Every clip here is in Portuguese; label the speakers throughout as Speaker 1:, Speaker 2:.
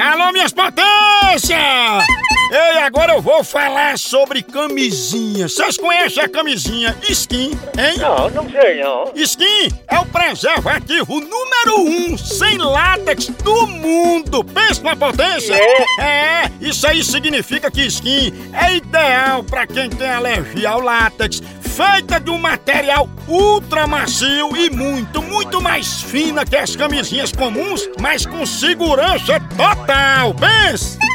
Speaker 1: Atenção, minhas potências! Ei, agora eu vou falar sobre camisinha. Vocês conhecem a camisinha skin, hein?
Speaker 2: Não, não sei não.
Speaker 1: Skin é o preservativo número um sem látex do mundo. Pensa na potência? É. isso aí significa que skin é ideal pra quem tem alergia ao látex, feita de um material ultra macio e muito, muito mais fina que as camisinhas comuns, mas com segurança total. Pensa!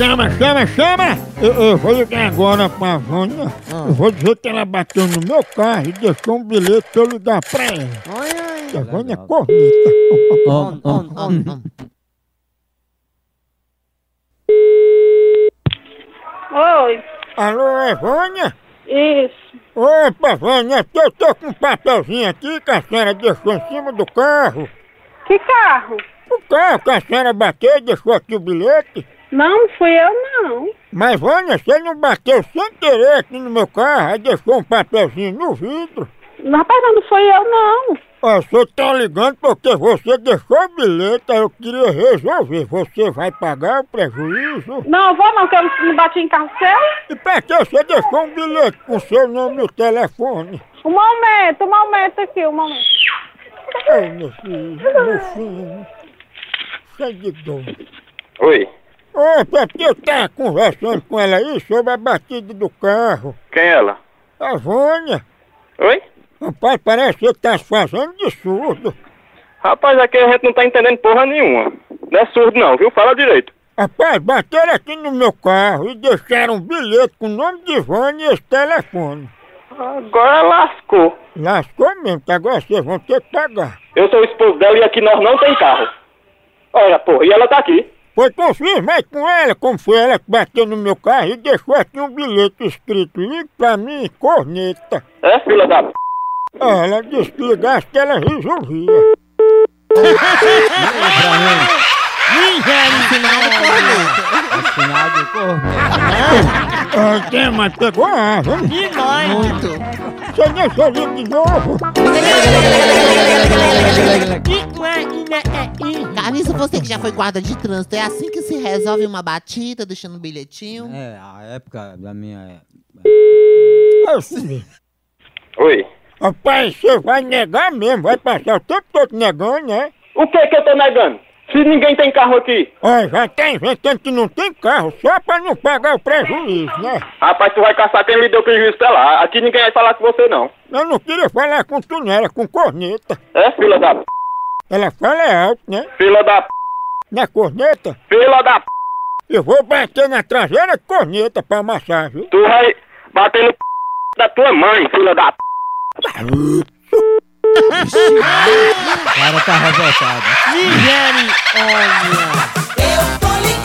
Speaker 1: chama, chama, chama! Eu, eu vou ligar agora pra Vânia. Eu vou dizer que ela bateu no meu carro e deixou um bilhete pra eu ligar pra ela. Que a Vânia é corneta.
Speaker 3: Oi,
Speaker 1: Alô, é Vânia?
Speaker 3: isso.
Speaker 1: Opa, Vânia, aqui eu tô com um papelzinho aqui que a senhora deixou em cima do carro.
Speaker 3: Que carro?
Speaker 1: O carro que a senhora bateu e deixou aqui o bilhete.
Speaker 3: Não, fui eu não.
Speaker 1: Mas, Vânia, você não bateu sem querer aqui no meu carro, aí deixou um papelzinho no vidro.
Speaker 3: Não, Rapaz, não fui eu não.
Speaker 1: Ó, o senhor tá ligando porque você deixou o bilhete, aí eu queria resolver. Você vai pagar o prejuízo?
Speaker 3: Não, eu vou não, que eu não bati em carro seu.
Speaker 1: E pra que você deixou um bilhete com seu nome no telefone?
Speaker 3: Um momento, um momento aqui, um momento.
Speaker 1: Ai, meu filho, meu filho. Cheio de dor.
Speaker 2: Oi,
Speaker 1: Ô, É, porque eu tava conversando com ela aí sobre a batida do carro.
Speaker 2: quem é ela?
Speaker 1: A Vânia,
Speaker 2: Oi?
Speaker 1: rapaz, parece que tá se fazendo de surdo.
Speaker 2: Rapaz, aqui a gente não tá entendendo porra nenhuma. Não é surdo não, viu? Fala direito.
Speaker 1: Rapaz, bateram aqui no meu carro e deixaram um bilhete com o nome de Vânia e esse telefone.
Speaker 2: Agora lascou.
Speaker 1: Lascou mesmo, que agora vocês vão ter que pagar.
Speaker 2: Eu sou o esposo dela e aqui nós não tem carro. Olha, porra, e ela tá aqui.
Speaker 1: Pois confirma aí com ela, como foi ela que bateu no meu carro e deixou aqui um bilhete escrito ligue pra mim, corneta.
Speaker 2: É, filha da p...
Speaker 1: Ah, Ela disse que ligasse que ela resolvia. Ah, quem mais pegou a asa, hein?
Speaker 4: De nós.
Speaker 1: Você deixou ele de novo?
Speaker 5: Carissa, você que já foi guarda de trânsito, é assim que se resolve uma batida, deixando um bilhetinho?
Speaker 4: É, a época da minha.
Speaker 1: É o seguinte.
Speaker 2: Oi.
Speaker 1: Rapaz, você vai negar mesmo, vai passar o tempo todo negando, né?
Speaker 2: O que que eu tô negando? Se ninguém tem carro aqui.
Speaker 1: Olha, já tá inventando que não tem carro só pra não pagar o prejuízo, né?
Speaker 2: Rapaz, tu vai caçar quem lhe deu prejuízo pra lá. Aqui ninguém vai falar com você não.
Speaker 1: Eu não queria falar com tu, não, era com corneta.
Speaker 2: É, filha da p...
Speaker 1: Ela fala é alto, né?
Speaker 2: Filha da p...
Speaker 1: Na corneta,
Speaker 2: Filha da p...
Speaker 1: eu vou bater na traseira de corneta pra amassar, viu?
Speaker 2: Tu vai bater no p... da tua mãe, filha da p...
Speaker 4: O cara tá revoltado.
Speaker 5: Nigere, olha.
Speaker 6: Eu tô ligado.